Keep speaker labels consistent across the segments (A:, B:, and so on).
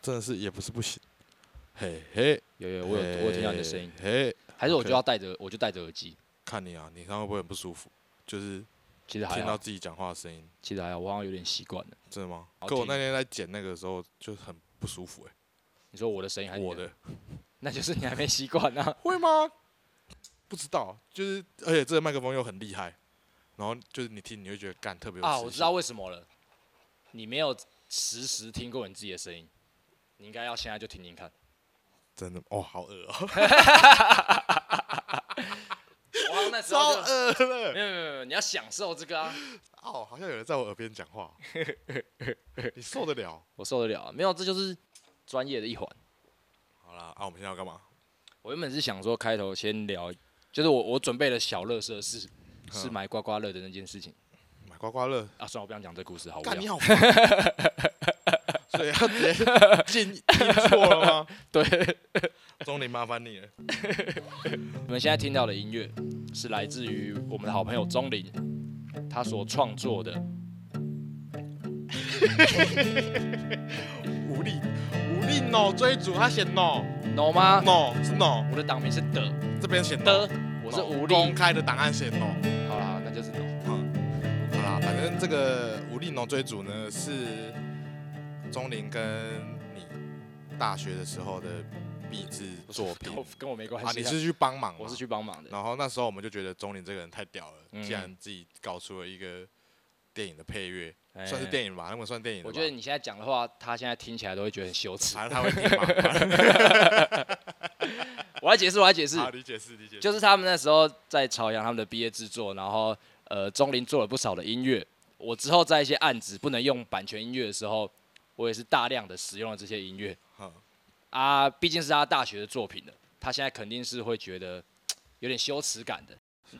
A: 真的是也不是不行。嘿嘿，
B: 有有，我有我有听到你的声音，
A: 嘿，
B: 还是我就
A: OK
B: 要戴着，我就戴着耳机。
A: 看你啊，你看会不会很不舒服？就是
B: 其实还
A: 听到
B: 好，
A: 自己讲话的声音，
B: 其实还好，我好像有点习惯了。
A: 真的吗？
B: 好
A: 可我
B: 听
A: 那天在剪那个的时候就很不舒服哎、
B: 你说我的声音还是你
A: 我的
B: 那就是你还没习惯啊。
A: 会吗？不知道，就是而且这个麦克风又很厉害，然后就是你听你会觉得干特 别有
B: 啊，
A: 磁
B: 我知
A: 性
B: 道为什么了，你没有实时听过你自己的声音，你应该要现在就听听看。
A: 真的哦，好恶哦，
B: 我好像那时
A: 超
B: 候就
A: 恶了
B: 没有没有没有，你要享受这个啊，
A: 哦，好像有人在我耳边讲 话，你受得了？
B: 我受得了、啊。没有，这就是专业的一环。
A: 好啦，啊，我们现在要干嘛？
B: 我原本是想说开头先聊，就是我我准备了小乐色是是
A: 嗯
B: 买刮刮乐的那件事情
A: 买刮刮乐，
B: 啊，算了，我不想讲这故事，好无
A: 干你
B: 聊。
A: 好 烦，所以要直接进进错了吗？
B: 对，
A: 钟林麻烦你了，
B: 你们现在听到的音乐是来自于我们的好朋友钟林，他所创作的。
A: 无力无力 no 追逐，他写 no
B: no 吗？
A: no 是 no，
B: 我的党名是的
A: 这边写 no，
B: 的，我是
A: no，
B: 无力。
A: 公开的档案写 no。
B: 好啦，那就是 no。
A: 好啦，反正这个无力农追组呢是钟林跟你大学的时候的毕制作品
B: 都 跟我没关
A: 啊，
B: 系
A: 你
B: 啊。
A: 是去帮忙吗，
B: 我是去帮忙的。
A: 然后那时候我们就觉得钟林这个人太屌了，
B: 嗯
A: 竟然自己搞出了一个电影的配乐，
B: 哎
A: 算是电影吧，那么算电影的吧。
B: 我觉得你现在讲的话，他现在听起来都会觉得很羞 耻。
A: 反正他会 听嘛。
B: 我来解释，我来解释，
A: 好，理解是理解。
B: 就是他们那时候在朝阳他们的毕业制作，然后呃，钟林做了不少的音乐。我之后在一些案子不能用版权音乐的时候，我也是大量的使用了这些音乐
A: 嗯
B: 啊，毕竟是他大学的作品了，他现在肯定是会觉得有点羞耻感的。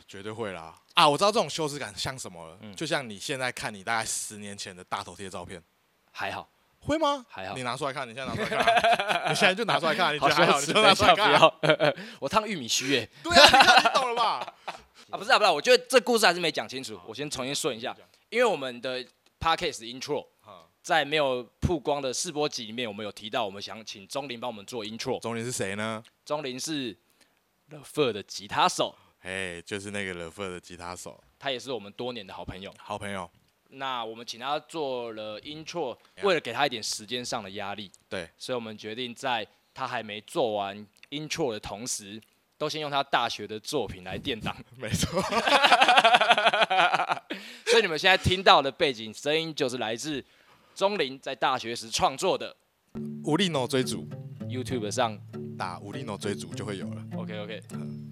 A: 绝对会啦。啊，我知道这种羞耻感像什么了，
B: 嗯
A: 就像你现在看你大概十年前的大头贴照片，
B: 还好，
A: 会吗？
B: 还好
A: 你，拿出来看，你现在拿出来看 啊，你现在就拿出来看，你觉
B: 好
A: 得还好，
B: 羞
A: 你
B: 耻，
A: 就
B: 等
A: 拿
B: 一
A: 出来
B: 下不
A: 看啊。
B: 要， 我烫玉米须耶、
A: 对啊，你看你懂了吧？
B: 啊，不是啊，不是啊，我觉得这故事还是没讲清楚，我先重新顺一下，因为我们的 podcast 的 intro
A: 好
B: 在没有曝光的试播集里面，我们有提到，我们想请钟林帮我们做 intro。
A: 钟林是谁呢？
B: 钟林是 The Fur 的吉他手，
A: 哎，就是那个 l e f e 的吉他手，
B: 他也是我们多年的好朋友。
A: 好朋友。
B: 那我们请他做了 intro，
A: Yeah
B: 为了给他一点时间上的压力，
A: 对，
B: 所以我们决定在他还没做完 intro 的同时，都先用他大学的作品来垫档。
A: 没错，
B: 所以你们现在听到的背景声音就是来自钟林在大学时创作的
A: 无力农追逐，
B: YouTube 上。
A: 打无力农追逐就会有了。
B: OK OK，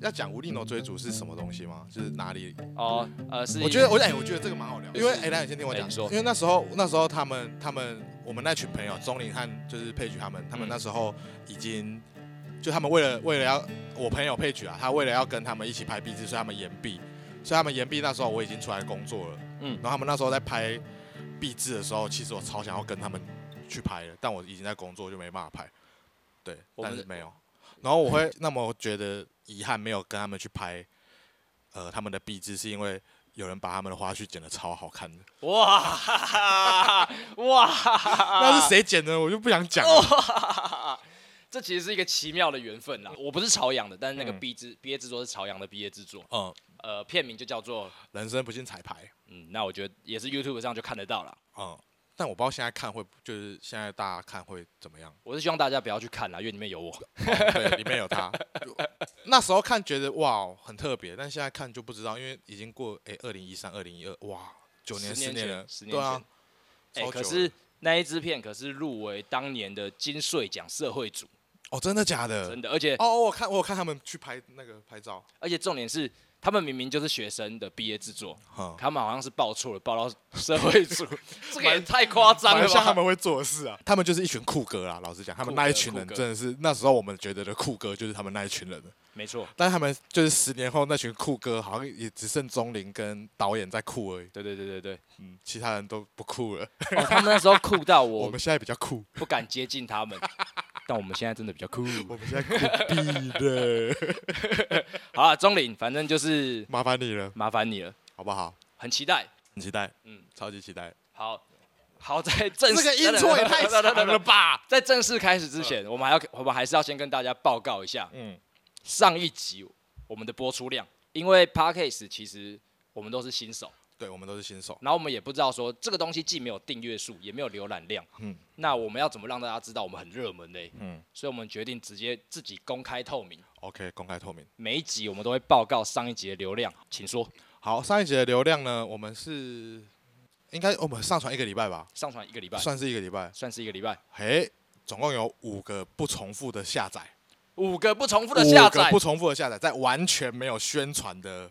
A: 要讲无力农追逐是什么东西吗？就是哪里？
B: 哦，呃，是
A: 我觉得我哎、我觉得这个蛮好聊，因为
B: 就是
A: 哎，那、你先听我
B: 哎
A: 讲
B: 你说，
A: 因为那时候那时候他们他们我们那群朋友钟林和就是佩举他们，他们
B: 嗯
A: 那时候已经就他们为了为了要我朋友佩举啊，他为了要跟他们一起拍壁纸，所以他们延毕，所以他们延毕那时候我已经出来工作了，
B: 嗯
A: 嗯，然后他们那时候在拍壁纸的时候，其实我超想要跟他们去拍的，但我已经在工作就没办法拍，对，
B: 我们
A: 但是没有，然后我会那么觉得遗憾没有跟他们去拍，呃，他们的壁纸是因为。有人把他们的花絮剪得超好看的，
B: 哇 哇，
A: 那是谁剪的我就不想讲了。
B: 这其实是一个奇妙的缘分啦。我不是朝阳的，但是那个
A: 嗯
B: 毕制、毕业制作是朝阳的毕业制作，
A: 嗯，
B: 呃，片名就叫做
A: 人生不信彩排。
B: 嗯，那我觉得也是 YouTube 上就看得到了。
A: 嗯，但我不知道现在看会，就是现在大家看会怎么样。
B: 我是希望大家不要去看啦，因为里面有我。
A: 对，里面有他。就那时候看觉得哇很特别，但现在看就不知道，因为已经过哎二零一三、二零一二，哇，九年、
B: 十
A: 十
B: 年前
A: 了，
B: 十年
A: 对啊
B: 前。哎、
A: 超久
B: 可
A: 了
B: 是那一支片可是入围当年的金穗奖社会组，
A: 哦，真的假的
B: 真？的，而且、
A: 哦，我看我有看他们去拍那个拍照，
B: 而且重点是，他们明明就是学生的毕业制作，
A: 嗯，
B: 他们好像是报错了，报到社会 组，这个也太夸张了
A: 蛮像他
B: 吧？
A: 们会做的事啊。他们就是一群酷哥啊，老实讲，他们
B: 酷
A: 那一
B: 哥
A: 群
B: 酷
A: 人
B: 哥
A: 真的是那时候我们觉得的酷哥，就是他们那一群人了。
B: 没错，
A: 但他们就是十年后那群酷哥，好像也只剩钟林跟导演在酷而已，
B: 对对对 对对。
A: 嗯，其他人都不酷了。
B: 哦，他们那时候酷到
A: 我
B: 我
A: 们现在比较酷，
B: 不敢接近 他们，但我们现在真的比较酷。
A: 我们现在酷毙了，
B: 好了，钟林，反正就是
A: 麻烦你了，
B: 麻烦你了，
A: 好不好？
B: 很期待。
A: 很期待，
B: 嗯
A: 嗯，超级期待。
B: 好，好在正
A: 这
B: 式
A: 个音错也太长了吧？
B: 在正式开始之前，我们还要我们还是要先跟大家报告一下
A: 嗯，
B: 上一集我们的播出量，因为 podcast 其实我们都是新手，
A: 对，我们都是新手。
B: 然后我们也不知道说这个东西既没有订阅数，也没有浏览量，
A: 嗯
B: 那我们要怎么让大家知道我们很热门嘞？
A: 嗯
B: 所以我们决定直接自己公开透明，
A: ，OK，公开透明。
B: 每一集我们都会报告上一集的流量，请说
A: 好，上一集的流量呢，我们是应该我们上传一个礼拜吧，
B: 上传一个礼拜，
A: 算是一个礼拜。
B: 算是一个礼拜，
A: 嘿，总共有五个不重复的下载，
B: 五个不重复的下
A: 五个
B: 载
A: 不，重复的下载，在完全没有宣传的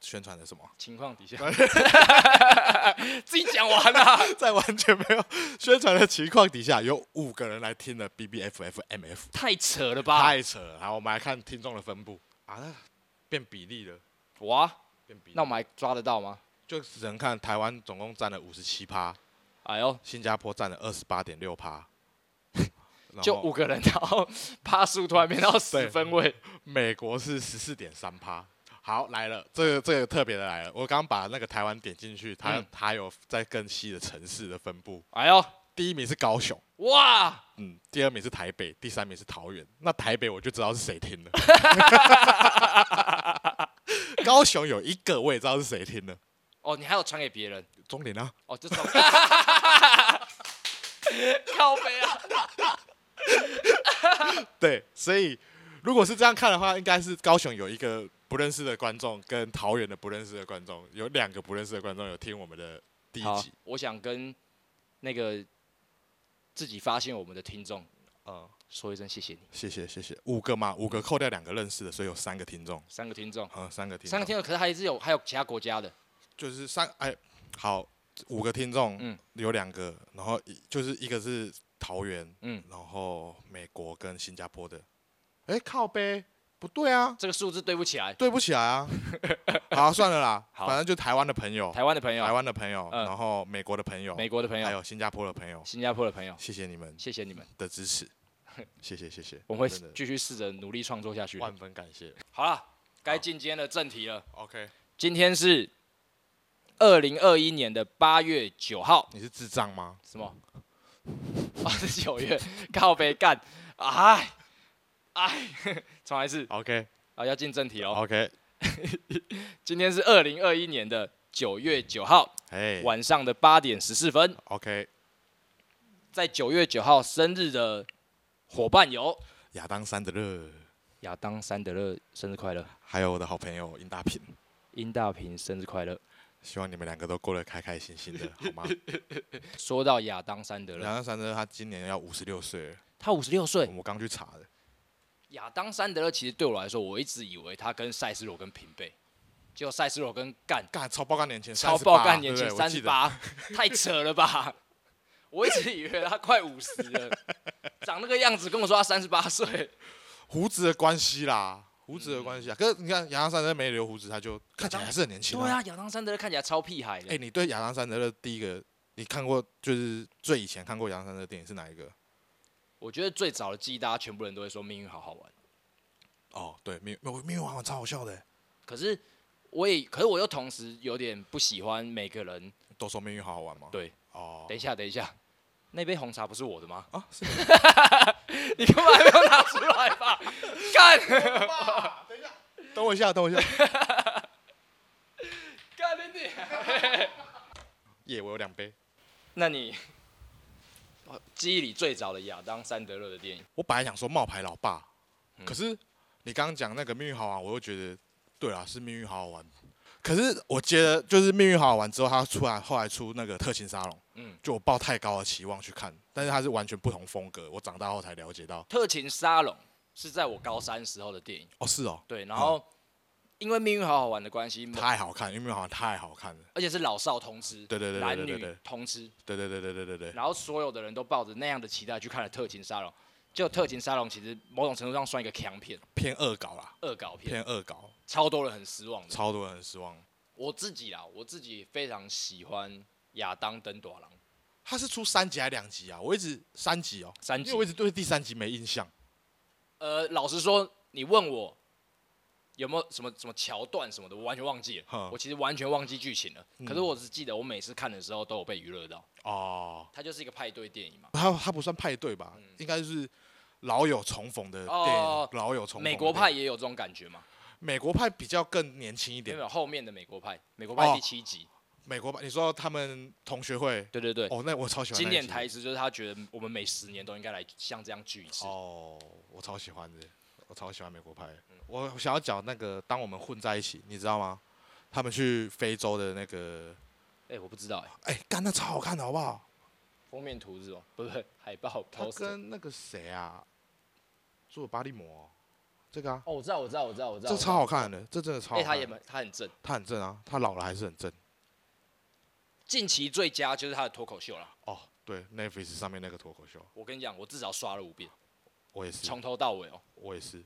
A: 宣传的什么，
B: 情况 底下，自己讲完啊了。
A: 在完全没有宣传的情况底下，有五个人来听了 B B F F M F，
B: 太扯了吧！
A: 太扯了。然后我们来看听众的分布啊，那变比例了，
B: 哇，
A: 变比例。
B: 那我们还抓得到吗？
A: 就只能看台湾总共占了五十七趴，
B: 哎呦，
A: 新加坡占了二十八点六 趴，然
B: 就
A: 后
B: 五个人，然后趴数突然变到十分位，
A: 美国是十四点三趴。好，来了，这个这个特别的来了。我刚把那个台湾点进去，它、
B: 嗯
A: 它有在更细的城市的分布。
B: 哎呦，
A: 第一名是高雄，
B: 哇，
A: 嗯，第二名是台北，第三名是桃园。那台北我就知道是谁 听了，高雄有一个我也知道是谁听了，
B: 哦，你还有传给别人，
A: 中林啊，
B: 哦，这种，靠背啊，
A: 对，所以如果是这样看的话，应该是高雄有一个不认识的观众，跟桃园的不认识的观众，有两个不认识的观众有听我们的第一
B: 好
A: 集，，
B: 我想跟那个自己发现我们的听众
A: 嗯，
B: 说一声谢谢你，
A: 谢谢谢谢，五个嘛，五个扣掉两个认识的，所以有三个听众，
B: 三个听众，
A: 嗯，三个听众，
B: 三个听众，可是还是有还有其他国家的，
A: 就是三哎，好，五个听众，
B: 嗯
A: 有两个，然后一就是一个是桃园，
B: 嗯，
A: 然后美国跟新加坡的，哎，靠背，不对啊，
B: 这个数字对不起来，
A: 对不起来 啊，好啊算了啦，
B: 好
A: 反正就台湾的朋友，
B: 台湾的朋
A: 哦台
B: 友，
A: 湾的朋友，
B: 嗯
A: 然后美国的朋友，
B: 美国的朋
A: 还
B: 友，
A: 有新加坡的朋友，
B: 新加坡的朋友，
A: 谢谢你们
B: 谢谢你们，
A: 的支 持，谢谢谢谢，
B: 我们
A: 真
B: 会
A: 的
B: 继续试着努力创作下去。
A: 万分感谢。
B: 好了，该进今天的正题了。
A: OK，
B: 今天是二零二一年的八月九号，
A: 你是智障吗？
B: 什么？啊，是九月， 靠北干，哎哎， 重来一次
A: OK
B: 啊，要进正题哦。
A: OK，
B: 今天是二零二一年的九月九号
A: 哎
B: 晚上的八点十四分，
A: ，OK，
B: 在九月九号生日的伙伴有
A: 亚当·桑德勒，
B: 亚当·山德勒，生日快乐；
A: 还有我的好朋友殷大平，
B: 殷大平，生日快乐。
A: 希望你们两个都过得开开心心 的，好吗？
B: 说到亚当·山德勒，
A: 亚当·桑德勒他今年要五十六岁了，
B: 他五十六岁，
A: 我刚去查的，
B: 亚当·山德勒其实对我来说，我一直以为他跟塞斯罗根平辈，结果塞斯罗根干
A: 干超爆干年前，
B: 超
A: 38
B: 爆干年前
A: 啊对不对
B: 三
A: 我记
B: 十
A: 得
B: 八，太扯了吧！我一直以为他快五十了，长那个样子跟我说他三十八 岁，
A: 胡子的关系啦，胡
B: 嗯
A: 子的关系啊。可是你看亚当·桑德勒没留胡子，他就看起来还是很年轻
B: 对啊，亚当·山德勒看起来超屁孩
A: 哎、
B: 的。
A: 你对亚当·山德勒第一个，你看过就是最以前看过亚当·山德勒的电影是哪一个？
B: 我觉得最早的记忆，大家全部人都会说《命运好好玩》，
A: 哦，对，命运命运王超好笑的，欸
B: 可是我也，可是我又同时有点不喜欢每个人。
A: 都说命运好好玩吗？
B: 对，
A: 哦，
B: 等一下，等一下，那杯红茶不是我的吗？
A: 啊，是
B: 你干嘛还没有拿出来吧？ 干！
A: 等我一下，等我一下。
B: 干你！
A: 耶，我有两杯。
B: 那你哦记忆里最早的亚当·山德勒的电影，
A: 我本来想说冒牌老爸，
B: 嗯
A: 可是你刚刚讲那个命运好玩，我又觉得对啦，是命运好好玩。可是我觉得就是命运好好玩之后，他出来后来出那个特勤沙龙，
B: 嗯，
A: 就我抱太高的期望去看，但是它是完全不同风格。我长大后才了解到，
B: 《特勤沙龙》是在我高三时候的电影，
A: 哦，是哦，
B: 对，然后因为《命运好好玩》的关系，
A: 太好看，因为好像太好看了。
B: 而且是老少通吃，
A: 对对对对
B: 男
A: 对对
B: 女
A: 对
B: 通吃，
A: 对对对对对对对，
B: 然后所有的人都抱着那样的期待去看了《特勤沙龙》，就《特勤沙龙》其实某种程度上算一个强片、
A: 偏恶搞啦，
B: 恶搞片，
A: 偏恶搞，
B: 超多人很失望的。
A: 超多人很失望。
B: 我自己啦，我自己非常喜欢亚当·登朵郎
A: 他是出三集还两集啊？我一直三集哦，
B: 三
A: 因
B: 集
A: 为我一直对第三集没印象。
B: 呃，老实说，你问我有没有什么什么桥段什么的，我完全忘记了
A: 哼。
B: 我其实完全忘记剧情了，可是
A: 嗯
B: 我只记得我每次看的时候都有被娱乐到。
A: 哦，嗯
B: 它就是一个派对电影嘛，
A: 他他不算派对吧？应该是老友重逢的电影，
B: 哦
A: 老友重逢的电影。
B: 美国派也有这种感觉嘛。
A: 美国派比较更年轻一
B: 没有
A: 点
B: 没。有后面的美国派，美国派
A: 哦
B: 第七集，
A: 美国派，你说他们同学会，
B: 对对对，
A: 哦，那我超喜欢那
B: 经
A: 一
B: 典
A: 集
B: 台词就是他觉得我们每十年都应该来像这样聚一次。
A: 哦，我超喜欢的，我超喜欢美国派。我想要讲那个，当我们混在一起，你知道吗？他们去非洲的那个，
B: 哎、我不知道哎、
A: 哎、干那超好看的，好不好？
B: 封面图是吗？不是海报
A: 他
B: poster。
A: 跟那个谁啊，做巴利摩，这个啊，
B: 哦，我知道，我知道，我知道，我知道。
A: 这超好看的，这真的超好
B: 哎、
A: 看。
B: 他也蛮，他很正。
A: 他很正啊，他老了还是很正。
B: 近期最佳就是他的脱口秀啦。
A: 哦，对，Netflix 上面那个脱口秀，
B: 我跟你讲，我至少刷了五遍，
A: 我也是，
B: 从头到尾哦。
A: 我也是。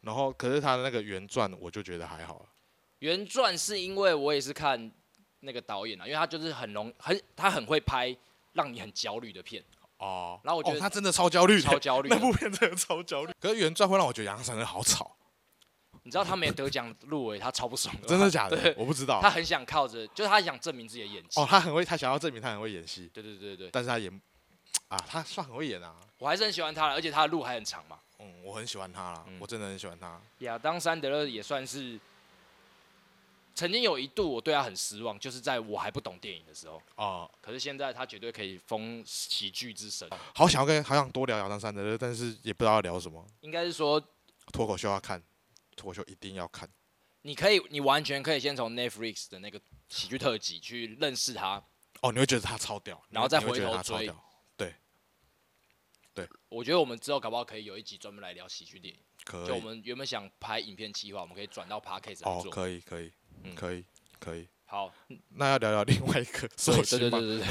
A: 然后，可是他的那个原传，我就觉得还好了。
B: 原传是因为我也是看那个导演啊，因为他就是很容很他很会拍让你很焦虑的片，
A: 哦，
B: 然后我觉
A: 哦
B: 得
A: 他真的超焦虑的，
B: 超焦虑的
A: 那。部片真的超焦虑。可是原传会让我觉得杨丞琳好 吵，
B: 你知道他没得奖入围，他超不爽的。
A: 真的？假的？我不知道
B: 他。很想靠着，就是他想证明自己的演技。
A: 哦，他很会，他想要证明他很会演戏，
B: 对对对对，
A: 但是他演啊，他算很会演啊。
B: 我还是很喜欢他的，而且他的路还很长嘛。
A: 嗯，我很喜欢他啦，
B: 嗯
A: 我真的很喜欢他。
B: 亚当·山德勒也算是曾经有一度我对他很失望，就是在我还不懂电影的时候。
A: 哦，
B: 可是现在他绝对可以封喜剧之神，
A: 好想要跟好想多聊杨三的，但是也不知道要聊什么。
B: 应该是说
A: 脱口秀要看，脱口秀一定要看。
B: 你可以，你完全可以先从 Netflix 的那个喜剧特辑去认识他。
A: 哦，你会觉得他超屌，
B: 然后再
A: 你会
B: 回
A: 觉得
B: 头
A: 他超
B: 追
A: 屌。
B: 我觉得我们之后搞不好可以有一集专门来聊喜剧电影。
A: 可
B: 就我
A: 以，
B: 们原本想拍影片计划，我们可以转到 podcast 来
A: 哦，
B: 做。
A: 可以，可以，
B: 嗯
A: 可以，可以。
B: 好，
A: 那要聊聊另外一个
B: 对
A: 寿
B: 对
A: 星
B: 对
A: 吗？
B: 对对对，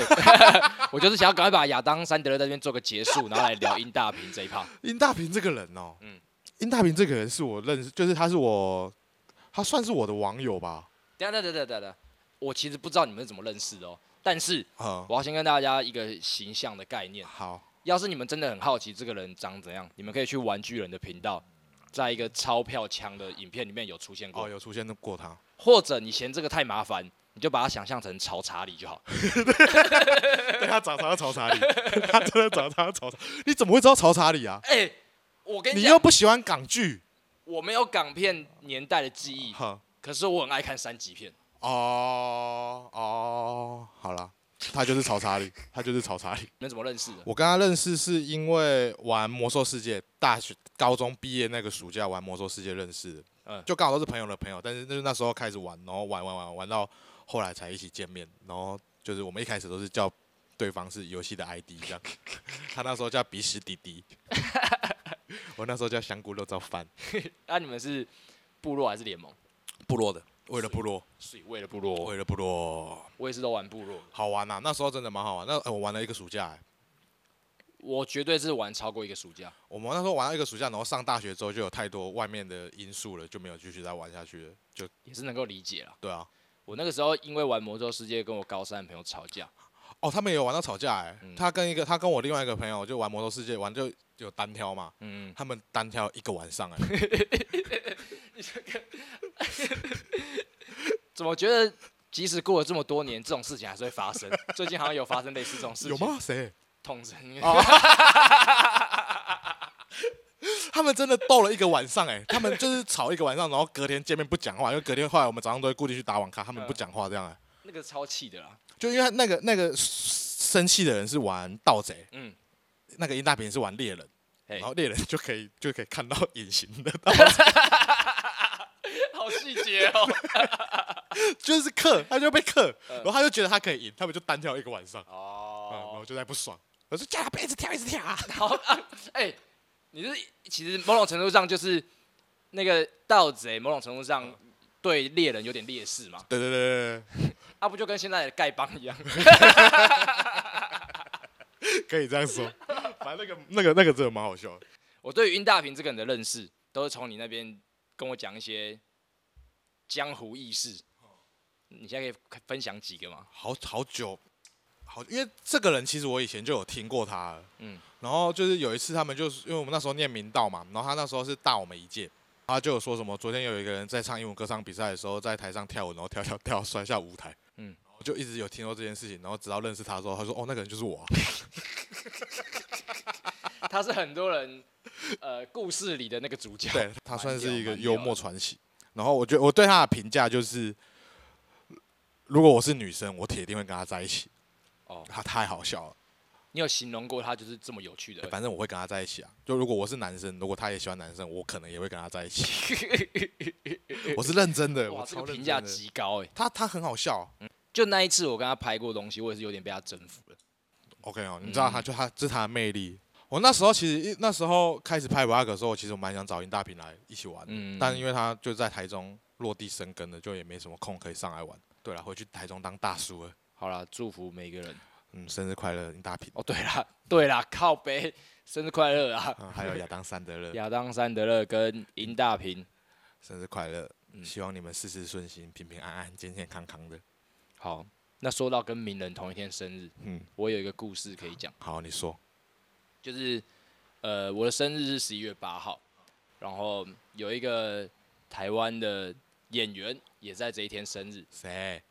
B: 我就是想要赶快把亚当·山德勒在这边做个结束，然后来聊殷大平这一趴。
A: 殷大平这个人哦，
B: 嗯
A: 殷大平这个人是我认识，就是他是我，他算是我的网友吧。
B: 等一下，等一下等一下等一下，我其实不知道你们是怎么认识的哦，但是
A: 嗯，
B: 我要先跟大家一个形象的概念。
A: 好，
B: 要是你们真的很好奇这个人长怎样，你们可以去玩具人的频道，在一个钞票枪的影片里面有出现过，
A: 哦，有出现过他。
B: 或者你嫌这个太麻烦，你就把它想象成炒茶里就好。
A: 对他找他找查 理，他真的找他找查，你怎么会知道曹查理啊？
B: 哎、我跟
A: 你
B: 你
A: 又
B: 讲，
A: 不喜欢港剧，
B: 我没有港片年代的记忆，
A: 哈，
B: 可是我很爱看三级片。
A: 哦哦，好啦，他就是曹查 理，他就是曹查理。
B: 你们怎么认识的？
A: 我跟他认识是因为玩魔兽世界，大学高中毕业那个暑假玩魔兽世界认识的，
B: 嗯
A: 就刚好都是朋友的朋友，但是就是那时候开始玩，然后玩玩玩玩到后来才一起见面，然后就是我们一开始都是叫对方是游戏的 ID 这 样，他那时候叫鼻屎弟 弟，我那时候叫香菇肉燥饭，
B: 那、啊你们是部落还是联盟？
A: 部落的，为了部落，
B: 是为了部落，
A: 为了部落，
B: 我也是都玩部落的。
A: 好玩呐、啊那时候真的蛮好玩，那、呃我玩了一个暑假、欸。
B: 我绝对是玩超过一个暑假。
A: 我们那时候玩到一个暑假，然后上大学之后就有太多外面的因素了，就没有继续再玩下去了。就
B: 也是能够理解啦。
A: 对啊，
B: 我那个时候因为玩魔兽世界跟我高三的朋友吵架，
A: 哦，他们也有玩到吵架哎、
B: 嗯
A: 他跟一个他跟我另外一个朋友就玩魔兽世界玩就有单挑嘛，
B: 嗯，
A: 他们单挑一个晚上哎、
B: 怎么觉得即使过了这么多年，这种事情还是会发生？最近好像有啊发生类似这种事
A: 有？
B: 情，
A: 吗？谁？
B: 痛针
A: 哦他们真的斗了一个晚上哎、他们就是吵一个晚上，然后隔天见面不讲话，因为隔天后来我们早上都会固定去打网咖，他们不讲话这样哎、
B: 那个超气的啦。
A: 就因为那个那个生气的人是玩盗贼，
B: 嗯，
A: 那个殷大平是玩猎人，
B: 嘿
A: 然后猎人就可以就可以看到隐形的，
B: 好细节哦。
A: 就是克，他就被克，
B: 嗯
A: 然后他就觉得他可以赢，他们就单挑一个晚上，嗯，然后
B: 哦，
A: 就在不爽，我说叫他别一直跳一直跳啊，
B: 好啊，哎，你是其实某种程度上就是那个盗贼，某种程度上
A: 嗯
B: 对猎人有点劣势嘛，
A: 对对对
B: 啊，不就跟现在的丐帮一样？
A: 对对，可以这样说，反正那个那个那个真的蛮好笑的，
B: 我对于殷大平这个人的认识，都是从你那边跟我讲一些江湖轶事。
A: 哦
B: 你现在可以分享几个吗？
A: 好好久，好，因为这个人其实我以前就有听过他了，
B: 嗯
A: 然后就是有一次他们就是因为我们那时候念明道嘛，然后他那时候是大我们一届，他就有说什么，昨天有一个人在唱英文歌唱比赛的时候，在台上跳舞，然后跳跳跳摔下舞台，
B: 嗯
A: 嗯，我就一直有听说这件事情，然后直到认识他之后，他说哦，那个人就是我啊、
B: 他是很多人呃故事里的那个主角。
A: 对他算是一个
B: 蛮屌
A: 幽默传奇。然后我觉得我对他的评价就是，如果我是女生，我铁定会跟他在一起。
B: 哦
A: 他太好笑了，
B: 你有形容过他就是这么有趣的？
A: 反正我会跟他在一起啊。就如果我是男生，如果他也喜欢男生，我可能也会跟他在 一起。我是认真的，
B: 哇，
A: 我
B: 这
A: 超
B: 个
A: 认
B: 评价
A: 真的。
B: 极嗯高哎、
A: 他他很好笑
B: 就那一次我跟他拍过东西，我也是有点被他征服了。
A: ，OK 哦，
B: 嗯
A: 你知道他就他这是他的魅力。我那时候其实一那时候开始拍 vlog 的时候，其实我蛮想找林大平来一起玩的，
B: 嗯，
A: 但因为他就在台中落地生根了，就也没什么空可以上来玩。对了，回去台中当大叔了。
B: 好啦，祝福 每个人。
A: 嗯，生日快乐，林大平。
B: 哦，对啦，对啦，靠北，生日快乐啊！
A: 嗯，还有亚当·桑德 勒，
B: 亚当·山德勒跟尹大平，
A: 生日快乐！
B: 嗯
A: 希望你们事事顺心、平平安安、健健康康的。
B: 好，那说到跟名人同一天生日，
A: 嗯，
B: 我有一个故事可以讲，
A: 好，你说。
B: 就是呃，我的生日是十一月八号，然后有一个台湾的演员也在这一天生日，
A: 谁？